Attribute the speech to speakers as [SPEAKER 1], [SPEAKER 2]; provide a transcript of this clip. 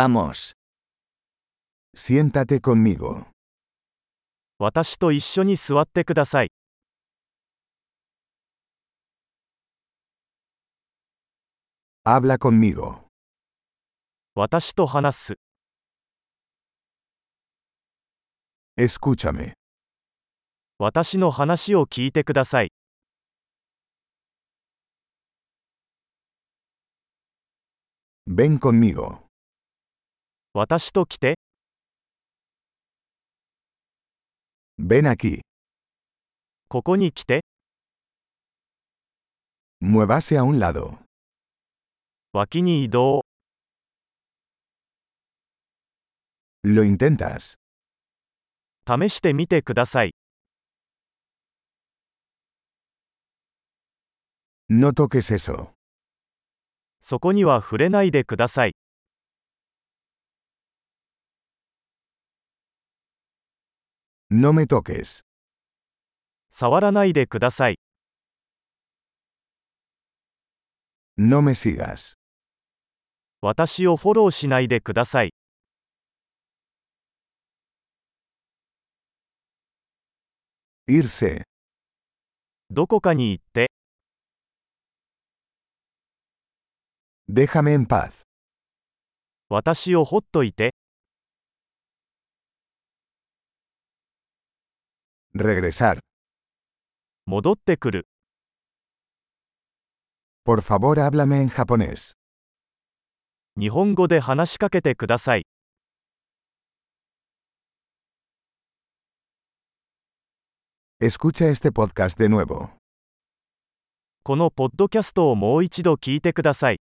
[SPEAKER 1] Vamos.
[SPEAKER 2] Siéntate conmigo.
[SPEAKER 3] 私と一緒に座ってください。
[SPEAKER 2] Habla conmigo.
[SPEAKER 3] 私と話す。
[SPEAKER 2] Escúchame.
[SPEAKER 3] 私の話を聞いてください。
[SPEAKER 2] Ven conmigo.
[SPEAKER 3] 私と来て、
[SPEAKER 2] Ven aquí.
[SPEAKER 3] ここに来て、
[SPEAKER 2] Muévase a un lado.
[SPEAKER 3] 脇に移動。
[SPEAKER 2] Lo intentas.
[SPEAKER 3] 試してみてください。
[SPEAKER 2] No toques eso.
[SPEAKER 3] そこには触れないでください。
[SPEAKER 2] No me toques.
[SPEAKER 3] 触らないでください。
[SPEAKER 2] No me sigas.
[SPEAKER 3] 私をフォローしないでください。
[SPEAKER 2] Irse.
[SPEAKER 3] どこかに行って、
[SPEAKER 2] Déjame en paz.
[SPEAKER 3] 私をほっといて、
[SPEAKER 2] Regresar.
[SPEAKER 3] 戻ってくる。
[SPEAKER 2] Por favor, háblame en japonés.
[SPEAKER 3] 日本語で話しかけてください。
[SPEAKER 2] Escucha este podcast de nuevo.
[SPEAKER 3] このポッドキャストをもう一度聞いてください。